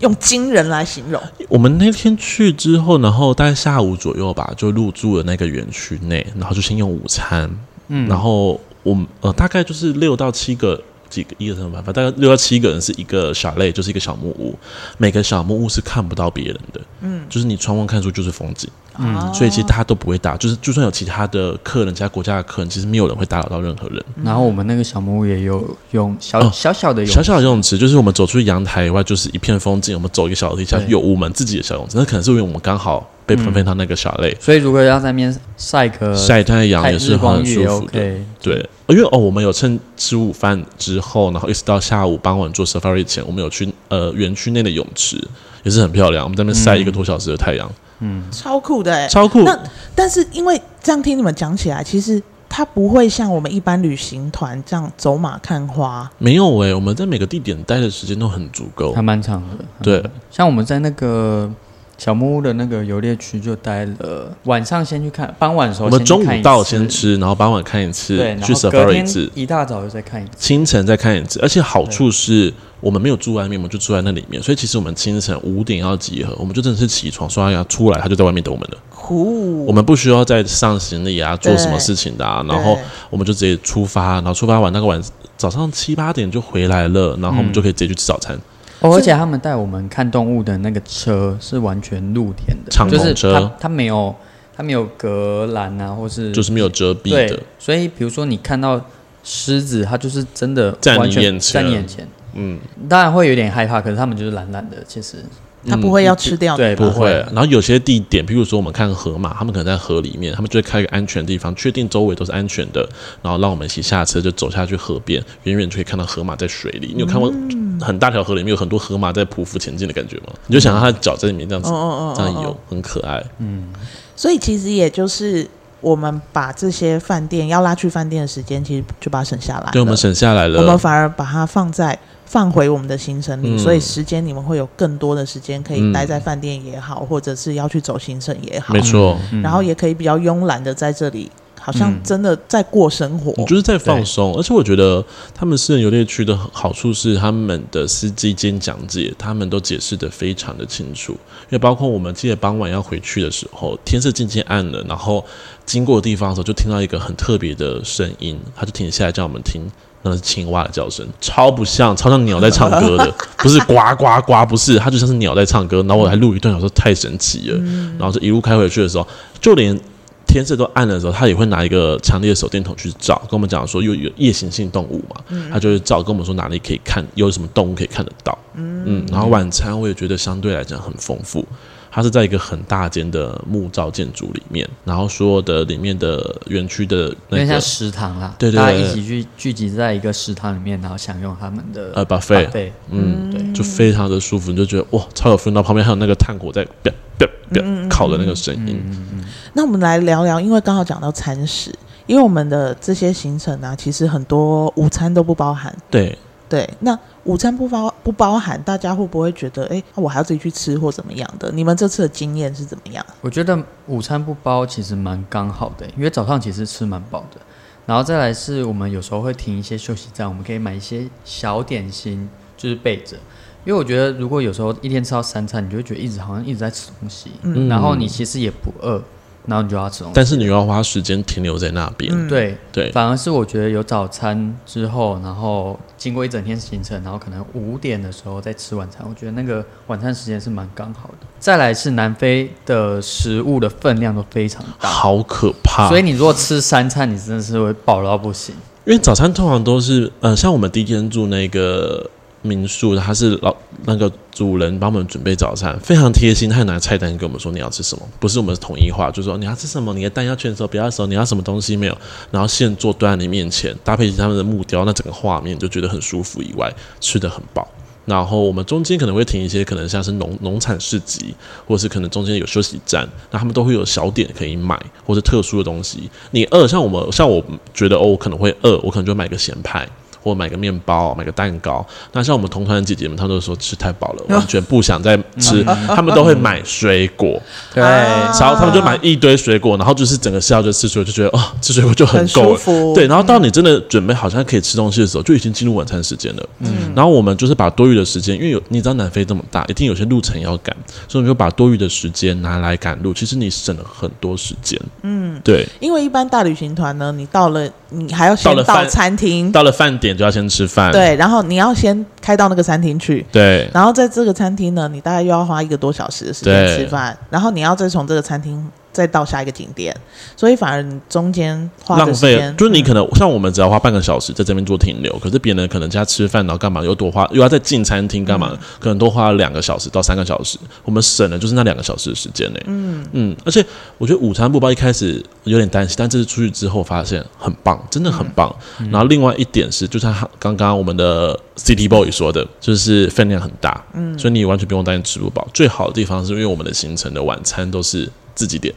A: 用惊人来形容，
B: 我们那天去之后，然后大概下午左右吧，就入住了那个园区内，然后就先用午餐，嗯，然后我们呃大概就是六到七个几个一个人办法，大概六到七个人是一个小类，就是一个小木屋，每个小木屋是看不到别人的，嗯，就是你窗外看出就是风景，
A: 嗯
B: 所以其
C: 哦
B: 实大家都不会打，就是就算有其他的客人、其他国家的客人，其实没有人会打扰到任何人。
C: 然后我们那个小木屋也有用小、
B: 哦
C: 小小的泳池，
B: 小小的游泳池，就是我们走出阳台以外，就是一片风景。我们走一个小地下
C: 对嗯
B: 有我们自己的小泳池，那可能是因为我们刚好被分配到那个小类，
C: 所以如果要在面晒个
B: 晒太阳
C: 太
B: 也是
C: 日光
B: 很
C: 浴
B: 舒
C: 也
B: 服的。
C: OK，
B: 对，因为哦，我们有趁吃午饭之后，然后一直到下午傍晚做 safari 前，我们有去呃园区内的泳池，也是很漂亮。我们在那边晒一个多小时的太阳，
C: 嗯
A: 超酷的哎、
B: 超酷。
A: 那但是因为这样听你们讲起来，其实它不会像我们一般旅行团这样走马看花，
B: 没有欸诶、我们在每个地点待的时间都很足够
C: 还。蛮长的。嗯
B: 对，
C: 像我们在那个小木屋的那个游猎区就待了，晚上先去看，傍晚的时候
B: 我们
C: 先去
B: 中
C: 看
B: 午
C: 一
B: 到
C: 次
B: 先，吃，然后傍晚看一次
C: 对，，然
B: 去
C: 后隔
B: safari 一
C: 天
B: 次，
C: 一大早又再看一次，
B: 清晨再看一次，而且好处是我们没有住外面，我们就住在那里面，所以其实我们清晨五点要集合，我们就真的是起床刷牙出来，他就在外面等我们了。
A: 酷。
B: 我们不需要再上行李啊，做什么事情的啊，然后
A: 对
B: 我们就直接出发，然后出发完那个晚早上七八点就回来了，然后
C: 嗯
B: 我们就可以直接去吃早餐。
C: 哦，而
A: 是
C: 且他们带我们看动物的那个车是完全露天的，
B: 敞篷
C: 就是
B: 车
C: 它它没有它没有隔栏啊，或是
B: 就是没有遮蔽
C: 对
B: 的，，
C: 所以比如说你看到狮子，它就是真的
B: 在你
C: 完全
B: 眼前
C: 在你眼前，
B: 嗯，
C: 当然会有点害怕，可是他们就是懒懒的，其实
A: 它不
B: 嗯
A: 会要吃掉你，
C: 对
B: 不会啊
C: 会。。
B: 然后有些地点，譬如说我们看河嘛，他们可能在河里面，他们就会开一个安全地方，确定周围都是安全的，然后让我们一起下车就走下去河边，远远就可以看到河马在水里。你有看过很大条河里面有很多河马在匍匐前进的感觉吗？你就想让它的脚在里面这样
A: 嗯
B: 子
A: 嗯嗯
B: 这样
A: 嗯
B: 游，很可爱。
A: 所以其实也就是我们把这些饭店要拉去饭店的时间，其实就把它省下来了。
B: 对，我们省下来
A: 我们
B: 了。
A: 反而把它放在放回我们的行程里，
B: 嗯
A: 所以时间你们会有更多的时间可以
B: 嗯
A: 待在饭店也好，或者是要去走行程也好
B: 没，错，
C: 嗯
A: 然后也可以比较慵懒的在这里，好像
C: 嗯
A: 真的在过生活。
B: 你就是在放松，而且我觉得他们私人游猎区的好处是，他们的司机兼讲解，他们都解释的非常的清楚。因为包括我们记得傍晚要回去的时候，天色渐渐暗了，然后经过的地方的时候，就听到一个很特别的声音，他就停下来叫我们听。那是青蛙的叫声，超不像，超像鸟在唱歌的，不是呱呱呱，不是，它就像是鸟在唱歌。然后我还录一段，我说太神奇了。然后就一路开回去的时候，就连天色都暗的时候，他也会拿一个强烈的手电筒去照，跟我们讲说有有夜行性动物嘛，他就会照跟我们说哪里可以看，有什么动物可以看得到。嗯，然后晚餐我也觉得相对来讲很丰富。它是在一个很大间的木造建筑里面，然后所有的里面的园区的
C: 有
B: 那
C: 点像
B: 个
C: 食堂啦，
B: 对对
C: 大家
B: 对
C: 一起去聚集在一个食堂里面，然后享用他们的
B: 呃 buffet，
C: buffet，
B: 嗯，
C: 对，
B: 就非常的舒服，你就觉得哇超有 feel。然后旁边还有那个炭火在啪啪啪烤的那个声音，
A: 那我们来聊聊，因为刚好讲到餐食，因为我们的这些行程啊，其实很多午餐都不包含。
B: 对，
A: 对，那午餐不包不包含，大家会不会觉得，哎、我还要自己去吃或怎么样的？你们这次的经验是怎么样？
C: 我觉得午餐不包其实蛮刚好的，因为早上其实吃蛮饱的，然后再来是我们有时候会停一些休息站，我们可以买一些小点心，就是备着。因为我觉得如果有时候一天吃到三餐，你就会觉得一直好像一直在吃东西，
B: 嗯
C: 然后你其实也不饿，然后你就要吃东西。
B: 但是你又要花时间停留在那边，
A: 嗯
C: 对，
B: 对，
C: 反而是我觉得有早餐之后，然后经过一整天行程，然后可能五点的时候再吃晚餐，我觉得那个晚餐时间是蛮刚好的。再来是南非的食物的分量都非常大，
B: 好可怕。
C: 所以你如果吃三餐，你真的是会饱到不行。
B: 因为早餐通常都是，呃，像我们第一天住那个民宿，他是老那个主人帮我们准备早餐，非常贴心，他还拿菜单跟我们说你要吃什么，不是我们统一化，就说你要吃什么，你的蛋要全熟，不要熟，你要什么东西没有，然后现做端在你面前，搭配他们的木雕，那整个画面就觉得很舒服，以外吃的很饱。然后我们中间可能会停一些，可能像是农农产市集，或是可能中间有休息站，那他们都会有小点可以买，或是特殊的东西。你饿，像我们像我觉得哦，我可能会饿，我可能就买个咸派。或买个面包，买个蛋糕。那像我们同团的姐姐们，她们都说吃太饱了，完全不想再吃。她们都会买水果，
C: 对，
A: 啊
B: 然后她们就买一堆水果，然后就是整个下午就吃水果，就觉得哦，吃水果就很够
A: 舒
B: 了。
A: 服，
B: 对，然后到你真的准备好像可以吃东西的时候，就已经进入晚餐时间了。嗯，然后我们就是把多余的时间，因为有你知道南非这么大，一定有些路程要赶，所以我们就把多余的时间拿来赶路。其实你省了很多时间。嗯，对。
A: 因为一般大旅行团呢，你到了，你还要
B: 到
A: 先
B: 了
A: 到
B: 饭
A: 餐厅，
B: 到了饭点，点就要先吃饭，
A: 对，然后你要先开到那个餐厅去，
B: 对
A: 然后在这个餐厅呢，你大概又要花一个多小时的时间
B: 对
A: 吃饭，然后你要再从这个餐厅再到下一个景点，所以反而你中间花的
B: 浪
A: 时
B: 费
A: 间，
B: 就是你
A: 嗯
B: 可能、像我们只要花半个小时在这边做停留，可是别人可能加吃饭然后干嘛又多花，又要再进餐厅干嘛，
A: 嗯
B: 可能多花了两个小时到三个小时，我们省了就是那两个小时的时间呢、嗯嗯，而且我觉得午餐不包一开始有点担心，但这次出去之后发现很棒，真的很棒。
A: 嗯
B: 然后另外一点是，就像他刚刚我们的 City Boy 说的，就是分量很大，嗯，所以你完全不用担心吃不饱。最好的地方是因为我们的行程的晚餐都是自己点。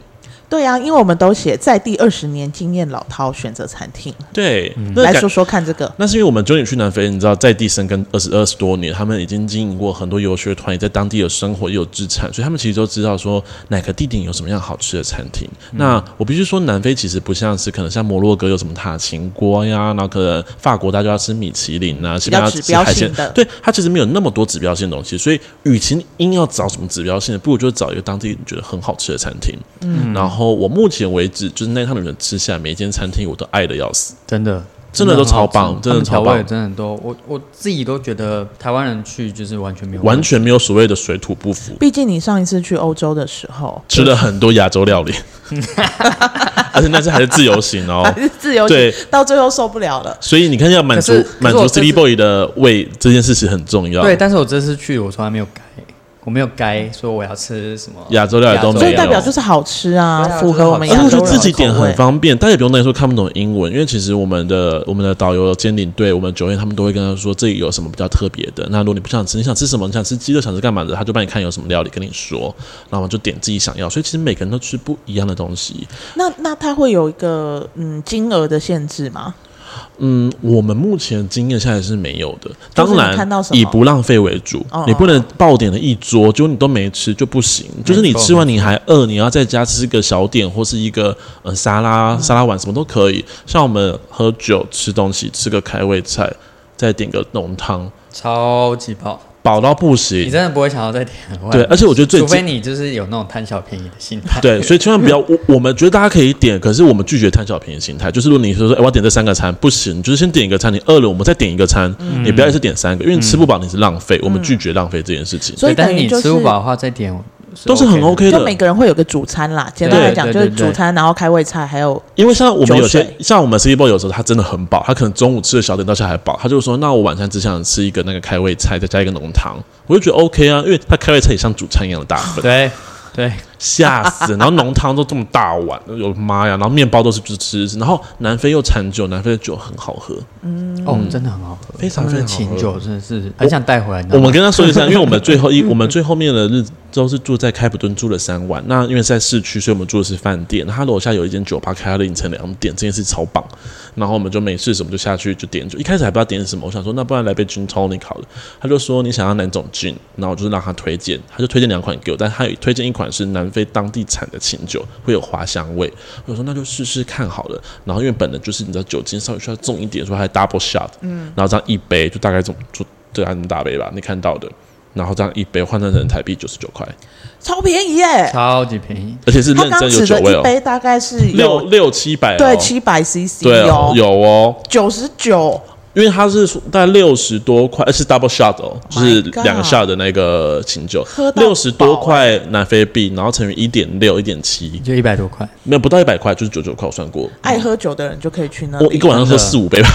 A: 对啊，因为我们都写在地二十年经验老饕选择餐厅，
B: 对，那
A: 来
B: 感
A: 说说看这个，
B: 那是因为我们九点去南非，你知道在地生根二十二十多年，他们已经经营过很多游学团，也在当地有生活，也有资产，所以他们其实都知道说哪个地点有什么样好吃的餐厅。那我必须说，南非其实不像是可能像摩洛哥有什么塔琴锅呀，然后啊可能法国大家要吃米其林啊，西班牙
A: 比较指
B: 吃
A: 标
B: 海鲜
A: 性的，
B: 对它其实没有那么多指标性的东西。所以，与其硬要找什么指标性的，不如就找一个当地你觉得很好吃的餐厅。嗯，然后我目前为止就是那趟旅程吃下来，每一间餐厅我都爱的要死。
C: 真的，
B: 真的都超棒
C: 真
B: 真的超棒
C: 他们调味真的很多。我我自己都觉得台湾人去就是完全没有
B: 完全没有所谓的水土不服，
A: 毕竟你上一次去欧洲的时候
B: 吃了很多亚洲料 理，而且那次还是自由行哦。
A: 还是自由行
B: 对，
A: 到最后受不了了。
B: 所以你看，要满足
C: 可是可是
B: 满足
C: 我这次
B: City Boy 的胃这件事情很重要。
C: 对，，但是我这次去我从来没有改，我没有改说我要吃什么
B: 亚洲料理都
C: 亚
A: 所
B: 没
A: 以
B: 有
A: 代表就是好吃啊，
C: 对啊
A: 符合我们
B: 而且
A: 亚
B: 我觉
A: 洲
B: 得
A: 人
B: 自
A: 的
B: 己
A: 口
B: 点很
A: 味。
B: 方便，大家也不用担心说看不懂英文，因为其实我们的我们的导游监领队，我们酒店他们都会跟他说这里有什么比较特别的。那如果你不想吃，你想吃什么，你想吃鸡肉，想吃干嘛的，他就帮你看有什么料理跟你说，然后我们就点自己想要。所以其实每个人都吃不一样的东西。
A: 那那它会有一个嗯金额的限制吗？
B: 嗯，我们目前经验下来是没有的。
A: 就是
B: 当
A: 你
B: 然
A: 看到什，么
B: 以不浪费为主，
A: 哦
B: 你不能爆点了一桌，结果你都没吃就不行。就是你吃完你还饿，你要在家吃个小点或是一个呃沙
A: 嗯
B: 拉、沙拉碗什么都可以。像我们喝酒吃东西，吃个开胃菜，再点个浓汤，
C: 超级爆，
B: 饱到不
C: 你
B: 行。
C: 真的不会想要再点外面。
B: 对，而且我觉得最
C: 除非
B: 近
C: 你就是有那种贪小便宜的心态。
B: 对，所以千万不要我我们觉得大家可以点，可是我们拒绝贪小便宜心态。就是如果你说说、哎我要点这三个餐，不行，你就是先点一个餐，你饿了我们再点一个餐，你不要一次点三个，因为你吃不饱你是浪费，我们拒绝浪费这件事情。
A: 所以
C: 对但
A: 等于
C: 你
A: 就是
C: 吃不饱的话再点
B: 都是很
C: 的
B: OK
A: 就
B: 的
A: 每，个人会有个主餐啦，简单来讲
C: 对
A: 就是
C: 对对
A: 主餐，然后开胃菜，还有
B: 因为像我们有
A: 酒
B: 些
A: 水
B: 像我们 City Boy 有时候他真的很饱，他可能中午吃的小点到现在还饱，他就说那我晚上只想吃一个那个开胃菜，再加一个浓汤，我就觉得 OK 啊，因为他开胃菜也像主餐一样的大 份，
C: 对对，
B: 吓死！然后浓汤都这么大碗，我的妈呀！然后面包都是只吃，然后南非又产酒，南非的酒很好喝，
C: 哦，
A: 嗯
C: 真的很好喝，
B: 非常
C: 他们的
B: 非常好喝
C: 琴酒真的是很想带回来。你知道
B: 我
C: 吗
B: 们跟他说一下，因为我们最后一我们最后面的日子都是住在开普敦住了三晚。那因为是在市区，所以我们住的是饭店。那他楼下有一间酒吧，开到凌晨两点，这件事超棒。然后我们就没事什么就下去就点酒，一开始还不知道点什么，我想说那不然来杯 gin tonic 好了。他就说你想要哪种 gin，然后我就让他推荐，他就推荐两款给我，但他有推荐一款是南非当地产的琴酒，会有花香味。我说那就试试看好了。然后因为本来就是你知道酒精稍微需要重一点，所以还 double shot，嗯，然后这样一杯就大概这么就对啊，这么大杯吧，你看到的。然后这样一杯换算成台币九十九块，
A: 超便宜耶！
C: 超级便宜，
B: 而且是
A: 他
B: 认
A: 刚
B: 真有
A: 指
B: 酒
A: 的
B: 味哦
A: 一，杯大概是
B: 六
A: 有
B: 六七百、哦，
A: 对七百 CC
B: 对哦
A: 哦，
B: 有哦，
A: 九十九，
B: 因为它是大概六十多块，呃是 double shot 哦，就
A: My
B: 是
A: God
B: 两个 shot 的那个琴酒
A: 喝，到
B: 六十多块南非币，然后乘以一点六、一点七，
C: 就一百多块。
B: 没有不到一百块，就是九九块，我算过。
A: 爱喝酒的人就可以去那
B: 我一
A: 里。
B: 个晚上喝
C: 真的
B: 四五杯吧，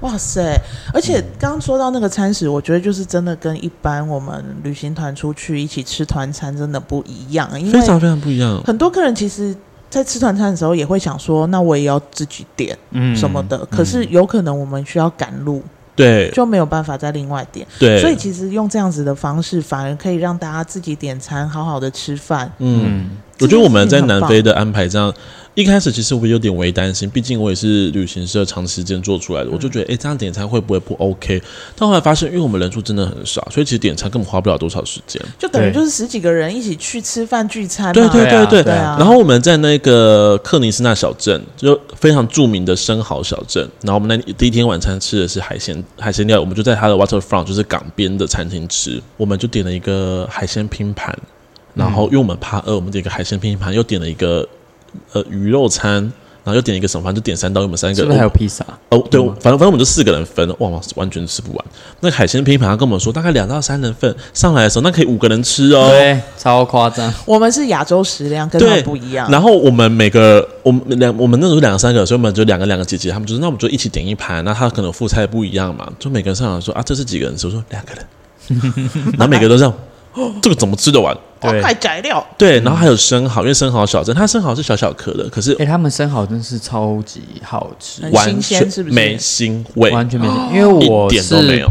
A: 哇塞！而且刚刚说到那个餐食，我觉得就是真的跟一般我们旅行团出去一起吃团餐真的不一样，因
B: 非
A: 为
B: 常非常不一样。
A: 很多客人其实。在吃团餐的时候，也会想说，那我也要自己点
C: 嗯
A: 什么的。可是有可能我们需要赶路，
B: 对
A: 就没有办法再另外点。
B: 对，
A: 所以其实用这样子的方式，反而可以让大家自己点餐，好好的吃饭。
B: 嗯，
C: 嗯，
B: 我觉得我们在南非的安排这样，一开始其实我有点微担心，毕竟我也是旅行社长时间做出来的，我就觉得诶，这样点餐会不会不 OK？但后来发现，因为我们人数真的很少，所以其实点餐根本花不了多少时间。
A: 就等于
C: 对
A: 就是十几个人一起去吃饭聚餐嘛。
B: 对对
C: 对啊
B: 对
A: 对啊
B: 然后我们在那个呃克尼斯纳小镇，就非常著名的生蚝小镇。然后我们那第一天晚餐吃的是海鲜海鲜料，我们就在它的 waterfront，就是港边的餐厅吃。我们就点了一个海鲜拼盘，呃然后因为我们怕饿，我们点一个海鲜拼盘，又点了一个呃鱼肉餐，然后又点一个什么，反正就点三道，因为我们三
C: 是
B: 个
C: 不是还有披萨？
B: 哦，对，反正反正我们就四个人分，哇，完全吃不完。那海鲜拼盘，他跟我们说大概两到三人份，上来的时候那可以五个人吃哦。
C: 对，超夸张。
A: 我们是亚洲食量，跟他们不一样。
B: 然后我们每个，我们两，我们那时候两三个，所以我们就两个两个姐姐，他们就是那我们就一起点一盘，那他可能副菜不一样嘛，就每个人上来说啊，这是几个人吃？我说两个人，然后每个都这 样，这个怎么吃得完？
A: 哇
C: 对，
A: 太
C: 哎、
A: 宅料，
B: 对，然后还有生蚝，因为生蚝小蒸，它生蚝是小小颗的，可是
C: 他们生蚝真是超级好吃，
A: 很
B: 完
A: 新鲜
B: 全
A: 是不是
B: 没腥味，
C: 完全没有，
A: 哦
C: 因为我
B: 哎一点都没
C: 是
B: 有。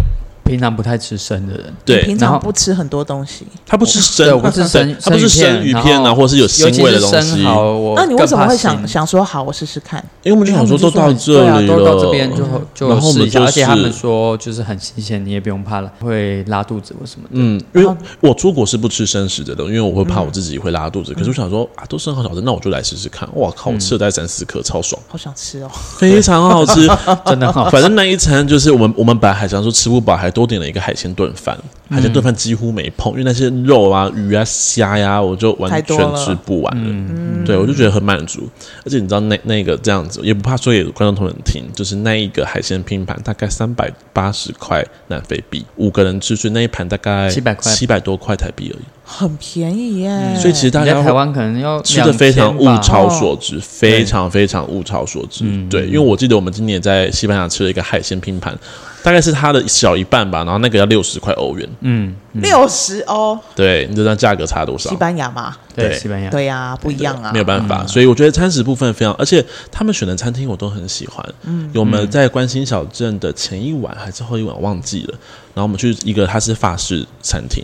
C: 平常不太吃生的人，
A: 你
B: 对
A: 平，
C: 然
A: 常
C: 后
A: 不吃很多东西，
B: 它不是生，
C: 对我不是 生
B: 它不是生
C: 生
B: 鱼
C: 鱼片
B: 片啊，
C: 然后
B: 或是有
C: 尤
B: 腥
C: 其
B: 味的
C: 是
B: 东西
C: 生。蚝，我
A: 那你为什么
C: 更怕
A: 会想
C: 腥
A: 想说好，我试试看？
B: 因为我们就想说都到这
C: 对啊，
B: 里了，嗯
C: 都到这边就就
B: 然后我
C: 试
B: 们
C: 一下，
B: 就
C: 而且他
B: 是
C: 们说就是很新鲜，你也不用怕了，会拉肚子或什么的。
B: 嗯，因为我出国是不吃生食的因为我会怕我自己会拉肚子。可是我想说啊，都生蚝小子，那我就来试试看。哇靠，我吃了大概三四颗，超爽，
A: 好想吃哦！
B: 非常好吃。
C: 真的好，
B: 反正那一餐就是我们我们本来还想说吃不饱，还多点了一个海鲜炖饭。海鲜炖饭几乎没碰，因为那些肉啊、鱼啊、虾呀、我就完
A: 太
B: 全
A: 多了
B: 吃不完了。对，我就觉得很满足。而且你知道那那个这样子，也不怕说给观众同仁听，就是那一个海鲜拼盘大概三百八十块南非币，五个人吃，所以那一盘大概
C: 700块
B: 七百多块台币而已。
A: 很便宜耶，
B: 嗯所以其实大
C: 你
B: 家
C: 在
B: 会
C: 台湾可能要
B: 吃的非常物
C: 2000吧
B: 超所值，非常非常物超所值。哦对，嗯因为我记得我们今年在西班牙吃了一个海鲜拼盘，大概是它的小一半吧，然后那个要六十块欧元。
C: 嗯，嗯
A: 六十欧，
B: 对，你知道价格差多少
A: 西？班牙嘛，
C: 对，
B: 对
C: 西班牙，
A: 对呀、不一样啊，
B: 哎没有办法，所以我觉得餐食部分非常，而且他们选的餐厅我都很喜欢。嗯，我们在关心小镇的前一晚还是后一晚忘记了，然后我们去一个它是法式餐厅，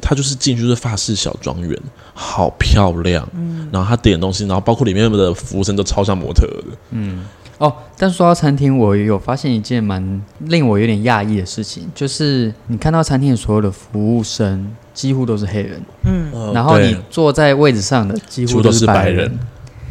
B: 它就是进去就是法式小庄园，好漂亮。嗯，然后他点东西，然后包括里面的服务生都超像模特儿的。
C: 哦，但说到餐厅，我有发现一件蛮令我有点讶异的事情，就是你看到餐厅所有的服务生几乎都是黑人，
B: 嗯
C: 然后
B: 对
C: 你坐在位置上的
B: 几
C: 几乎
B: 乎都
C: 是
B: 是白
C: 人
B: 人，，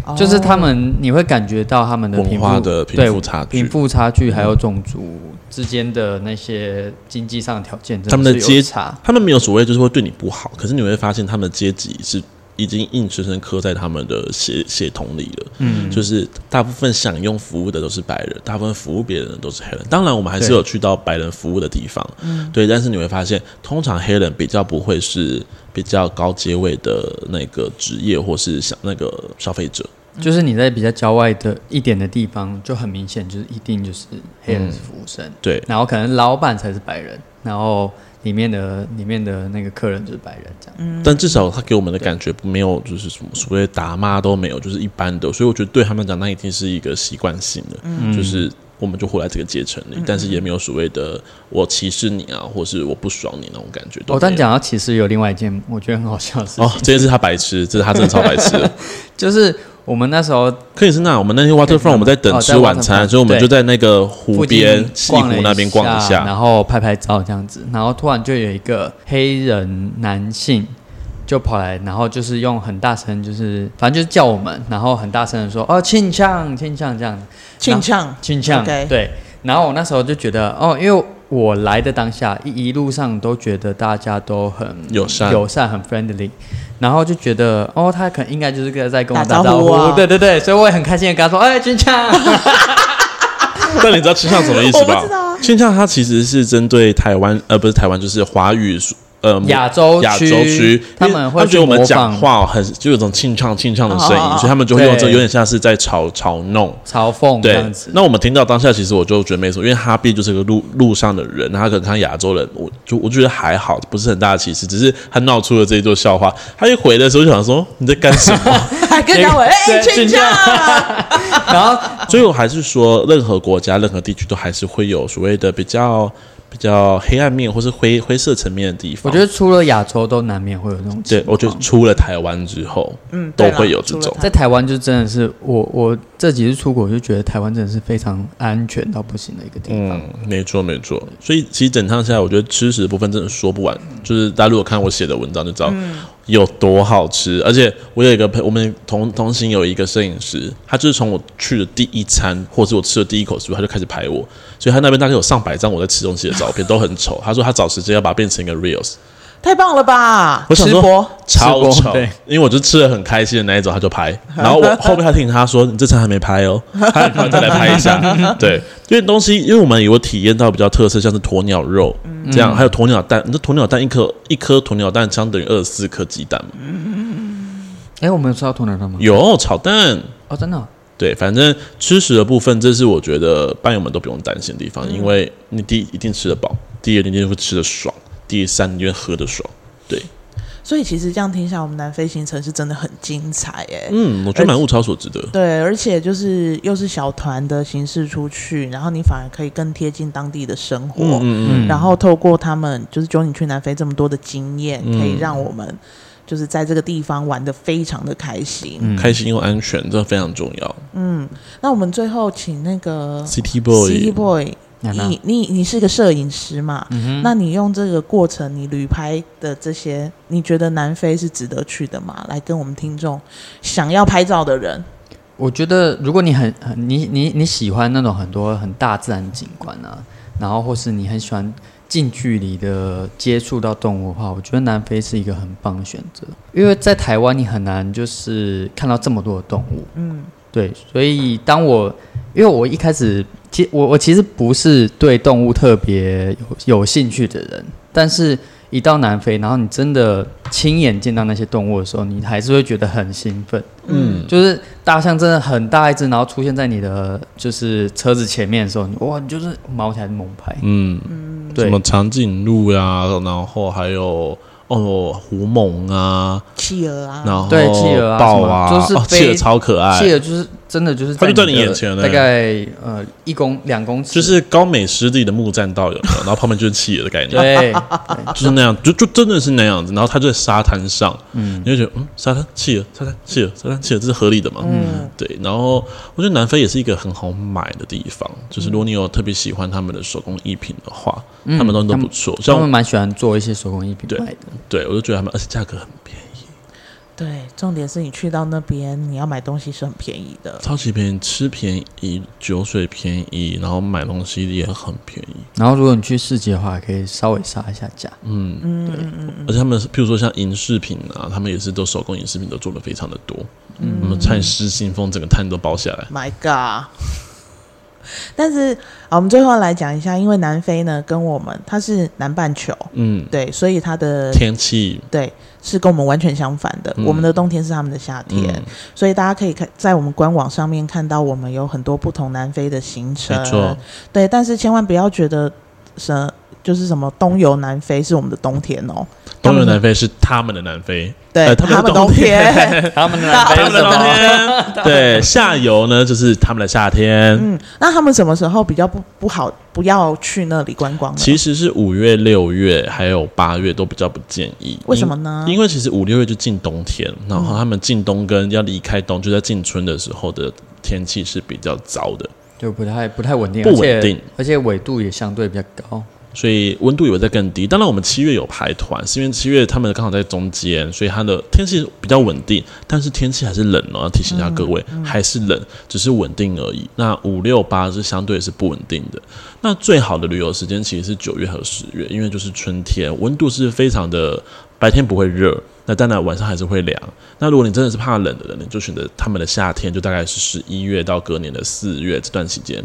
A: 哦
C: 就是他们你会感觉到他们的
B: 文
C: 贫
B: 化
C: 富
B: 的
C: 对
B: 贫富差距
C: 贫。富差距还有种族之间的那些经济上的条件，真
B: 他们的
C: 是有
B: 阶
C: 差，
B: 他们没有所谓，就是会对你不好，可是你会发现他们的阶级是已经硬生生刻在他们的血血统里了。嗯，就是大部分享用服务的都是白人，大部分服务别人的都是黑人。当然，我们还是
C: 对
B: 有去到白人服务的地方，嗯，对。但是你会发现，通常黑人比较不会是比较高阶位的那个职业或是想那个消费者。
C: 就是你在比较郊外的一点的地方，就很明显就是一定就是黑人
B: 嗯
C: 是服务生，
B: 对
C: 然后可能老板才是白人，然后里面的里面的那个客人就是白人这样。
B: 但至少他给我们的感觉没有，就是什么所谓打骂都没有，就是一般的，所以我觉得对他们讲，那一定是一个习惯性的，
C: 嗯
B: 就是我们就活在这个阶层里，但是也没有所谓的我歧视你啊，或是我不爽你那种感觉都没有。
C: 哦，但讲到歧视，有另外一件我觉得很好笑的事情，
B: 哦，这件事他白痴，这是他真的超白痴 的。
C: 就是我们那时候
B: 可以是那我们那天 waterfront 我们在等
C: 哦在
B: 吃晚
C: Waterfront，
B: 餐，所以我们
C: 对
B: 就在那个湖
C: 附
B: 边
C: 近
B: 西
C: 逛了
B: 湖那边逛
C: 一
B: 一下，
C: 然后拍拍照这样子，然后突然就有一个黑人男性就跑来，然后就是用很大声，就是反正就是叫我们，然后很大声的说哦，庆呛庆呛这样子，
A: 庆 呛
C: 庆呛
A: OK
C: 对。然后我那时候就觉得哦，因为我来的当下一一路上都觉得大家都很
B: 友善
C: 友善很 friendly。然后就觉得，哦，他可能应该就是在在跟我
A: 打
C: 打
A: 招
C: 招
A: 呼
C: 呼，
A: 啊
C: 对对对，所以我也很开心的跟他说，哎，军强，
B: 但你知道倾向什么意思
A: 我
B: 吧
A: 不知道啊？
B: 倾向它其实是针对台湾，呃，不是台湾，就是华语呃
C: 亚洲区
B: 亚洲区，
C: 他们会
B: 因为他觉得我们
C: 去模
B: 讲
C: 仿
B: 话很就有种清唱清唱的声音
A: 哦哦哦，
B: 所以他们就会用这
C: 对
B: 有点像是在嘲嘲弄。
C: 嘲讽这
B: 对
C: 样子，。
B: 那我们听到当下，其实我就觉得没什么，因为哈毕就是个路路上的人，他可能看亚洲人，我就我觉得还好，不是很大的歧视，只是他闹出了这一座笑话。他一回的时候就想说你在干什么？
A: 还 跟他 们哎，
C: 对
A: 庆
C: 庆
A: 酱，
C: 然后
B: 所以我还是说，任何国家、任何地区都还是会有所谓的比较比较黑暗面或是灰灰色层面的地
C: 我
B: 方。
C: 觉得除了亚洲，都难免会有这种情
B: 对，
C: 况。
B: 我觉得出了台湾之后，
A: 嗯，
B: 都
A: 对啦
B: 会有这种
A: 除了他
C: 在台湾就真的是我我这几次出国就觉得台湾真的是非常安全到不行的一个地方。
B: 嗯，没错没错。所以其实整趟下来，我觉得吃食的部分真的说不完。就是大家如果看我写的文章就知道
C: 嗯
B: 有多好吃。而且我有一个朋，我们同同行有一个摄影师，他就是从我去的第一餐，或者是我吃的第一口食物，他就开始拍我。所以他那边大概有上百张我在吃东西的照片，都很丑。他说他找时间要把它变成一个 reels。
A: 太棒了吧！
B: 我想
A: 直
B: 说
A: 播
B: 超
C: 吃
B: 丑
C: 播对，
B: 因为我就吃的很开心的那一种，他就 拍，然后我后面还听他说你这场还没拍哦，他很快再来拍一 下，对，因为东西，因为我们有体验到比较特色，像是鸵鸟肉
C: 嗯
B: 这样，还有鸵鸟蛋，你这鸵鸟蛋一颗一颗鸵鸟蛋相等于二十四颗鸡蛋
C: 嗯
B: 嘛，
C: 哎，我们有吃到鸵鸟蛋吗？
B: 有炒蛋。
C: 哦，真的哦、
B: 对，反正吃食的部分，这是我觉得班友们都不用担心的地
C: 嗯
B: 方，因为你第一一定吃得饱，第二你一定会吃得爽，第三你一定会喝得爽。
A: 所以其实这样听下来，我们南非行程是真的很精彩哎、
B: 嗯，我觉得蛮物超所值的。
A: 对，而且就是又是小团的形式出去，然后你反而可以更贴近当地的生活，
B: 嗯嗯嗯，
A: 然后透过他们就是九你去南非这么多的经验，
B: 嗯
A: 可以让我们就是在这个地方玩的非常的开心。
C: 嗯
B: 开心又安全，这非常重要。
A: 嗯，那我们最后请那个
B: City
A: City
B: Boy，
A: Boy，
C: 娜娜
A: 你你你是个摄影师嘛？那你用这个过程，你旅拍的这些，你觉得南非是值得去的吗？来跟我们听众想要拍照的人，
C: 我觉得如果你很很你你你喜欢那种很多很大自然景观啊，然后或是你很喜欢近距离的接触到动物的话，我觉得南非是一个很棒的选择，因为在台湾你很难就是看到这么多的动物。
A: 嗯，
C: 对，所以当我因为我一开始，其我我其实不是对动物特别有有兴趣的人，但是一到南非，然后你真的亲眼见到那些动物的时候，你还是会觉得很兴奋。
B: 嗯，
C: 就是大象真的很大一只，然后出现在你的就是车子前面的时候，你哇，你就是毛起来猛拍。
B: 嗯，什
C: 对
B: 么长颈鹿呀、然后还有哦狐獴啊，
A: 企鹅啊，
B: 然后
C: 对企鹅啊
B: 豹啊，
C: 什么就是
B: 哦
C: 非
B: 企鹅超可
C: 企
B: 爱，
C: 鹅就是真的就是
B: 它就
C: 在
B: 在你
C: 的
B: 眼前了
C: 大概呃一公两公尺，
B: 就是高美湿地的木栈道有没有？然后旁边就是企鹅的概念。
C: 对
B: 啊就是那样，就就真的是那样子。然后它就在沙滩上，嗯，你就觉得嗯，沙滩企鹅，沙滩企鹅，沙滩企鹅，这是合理的嘛？嗯，对。然后我觉得南非也是一个很好买的地方，就是如果你有特别喜欢他们的手工艺品的话，他们东西都不错。
C: 嗯他
B: 像
C: 们
B: 我
C: 蛮喜欢做一些手工艺品
B: 对
C: 卖的。
B: 对我就觉得他们，而且价格很便宜，
A: 对，重点是你去到那边，你要买东西是很便宜的。
B: 超级便宜，吃便宜，酒水便宜，然后买东西也很便宜。
C: 然后如果你去市集的话，可以稍微杀一下价。
B: 嗯，对。而且他们，譬如说像银饰品啊，他们也是都手工银饰品都做的非常的多，嗯，我们看失心疯整个摊都包下来。
A: My God！但是啊，我们最后来讲一下，因为南非呢跟我们它是南半球，
B: 嗯，
A: 对，所以它的
B: 天气，
A: 对是跟我们完全相反的。
B: 嗯
A: 我们的冬天是他们的夏天，
B: 嗯
A: 所以大家可以看在我们官网上面看到我们有很多不同南非的行程
B: 没错。
A: 对，但是千万不要觉得什就是什么东游南非是我们的冬天哦，
B: 东游南非是他们的南非，
A: 对，
B: 呃
A: 他
B: 他
A: 们
B: 们的
A: 冬
B: 冬天
A: 天。
C: 他们的
A: 南非
B: 他们的冬天， 对，下游呢就是他们的夏天，
A: 嗯，那他们什么时候比较不不好，不要去那里观光呢？
B: 其实是五月、六月还有八月都比较不建议，
A: 为什么呢
B: 因因为其实五六月就进冬天，然后他们进冬跟要离开冬，就在进春的时候的天气是比较糟的，
C: 就不太不太稳定，
B: 不
C: 而且
B: 稳定，
C: 而且纬度也相对比较高。
B: 所以温度也会在更低。当然，我们七月有排团，是因为七月他们刚好在中间，所以它的天气比较稳定，但是天气还是冷哦，要提醒一下各位，还是冷，只是稳定而已。那五六八是相对是不稳定的。那最好的旅游时间其实是九月和十月，因为就是春天，温度是非常的，白天不会热。那当然，晚上还是会凉。那如果你真的是怕冷的人，你就选择他们的夏天，就大概是十一月到隔年的四月这段期间，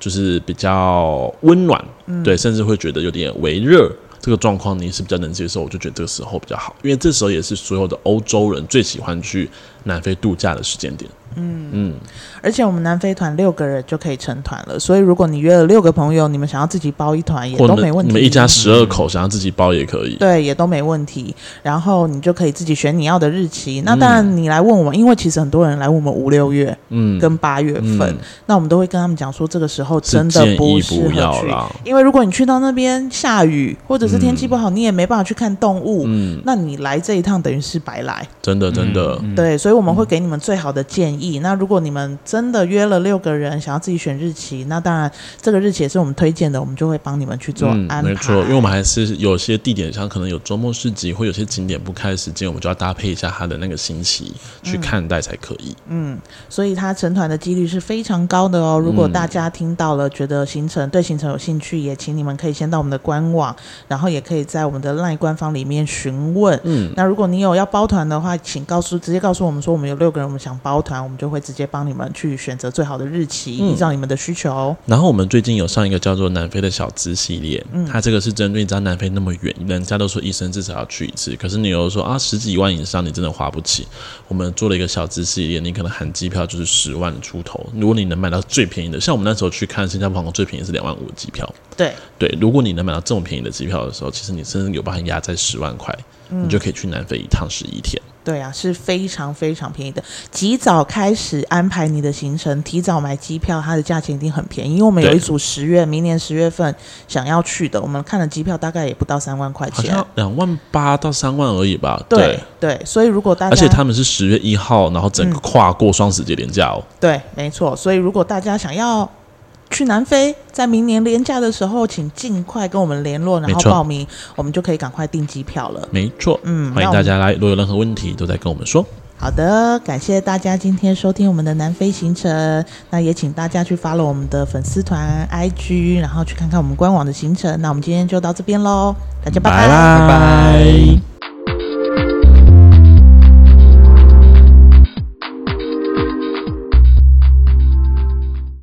B: 就是比较温暖，
A: 嗯
B: 对，甚至会觉得有点微热。这个状况你是比较能接受，我就觉得这个时候比较好，因为这时候也是所有的欧洲人最喜欢去南非度假的时间点。嗯嗯，
A: 而且我们南非团六个人就可以成团了，所以如果你约了六个朋友，你们想要自己包一团也
B: 或
A: 都
B: 你
A: 没问
B: 们
A: 题。
B: 你们一家十二口想要自己包也可以。
A: 对，也都没问题。然后你就可以自己选你要的日期。那当然，你来问我们，因为其实很多人来问我们五六月
B: 嗯，
A: 跟八月份，
B: 嗯
A: 那我们都会跟他们讲说，这个时候
B: 是
A: 真的
B: 建议
A: 适合
B: 不要
A: 去，
B: 啦。
A: 因为如果你去到那边下雨或者是天气不好，你也没办法去看动物。
B: 嗯，
A: 那你来这一趟等于是白来，
B: 真的真的，
C: 嗯，
A: 对，所以我们会给你们最好的建
B: 嗯
A: 议。那如果你们真的约了六个人，想要自己选日期，那当然这个日期也是我们推荐的，我们就会帮你们去做安排。
B: 嗯没错，因为我们还是有些地点上可能有周末市集，或有些景点不开时间，我们就要搭配一下它的那个星期去看待才可以。
A: 嗯，所以它成团的几率是非常高的
B: 嗯
A: 哦。如果大家听到了，觉得行程对行程有兴趣，也请你们可以先到我们的官网，然后也可以在我们的 LINE 官方里面询问。
B: 嗯，
A: 那如果你有要包团的话，请告诉直接告诉我们说我们有六个人，我们想包团，我们就会直接帮你们去选择最好的日期，
B: 嗯
A: 依照你们的需求。哦
B: 然后我们最近有上一个叫做南非的小资系列，
A: 嗯
B: 它这个是针对在南非那么远，人家都说一生至少要去一次，可是你又说啊十几万以上你真的花不起。我们做了一个小资系列，你可能含机票就是十万出头，如果你能买到最便宜的，像我们那时候去看新加坡航空最便宜是两万五机票，
A: 对，
B: 对，如果你能买到这么便宜的机票的时候，其实你甚至有把它压在十万块，
A: 嗯
B: 你就可以去南非一趟十一天。
A: 对啊，是非常非常便宜的。及早开始安排你的行程，提早买机票，它的价钱一定很便宜。因为我们有
B: 对
A: 一组十月，明年十月份想要去的，我们看了机票大概也不到三万块
B: 好
A: 钱
B: 像。两万八到三万而已吧。
A: 对对，所以如果大家
B: 而且他们是十月一号，然后整个跨过双十节连假哦。
A: 对，没错，所以如果大家想要。去南非，在明年廉价的时候，请尽快跟我们联络，然
B: 没
A: 后
B: 错
A: 报名，我们就可以赶快订机票了。
B: 没错，
A: 嗯
B: 欢
A: 那
B: 迎
A: 我
B: 大
A: 们
B: 家来，如果有任何问题都在跟我们说。
A: 好的，感谢大家今天收听我们的南非行程。那也请大家去 follow 我们的粉丝团 IG，然后去看看我们官网的行程。那我们今天就到这边喽，大家拜
B: 拜
C: 拜拜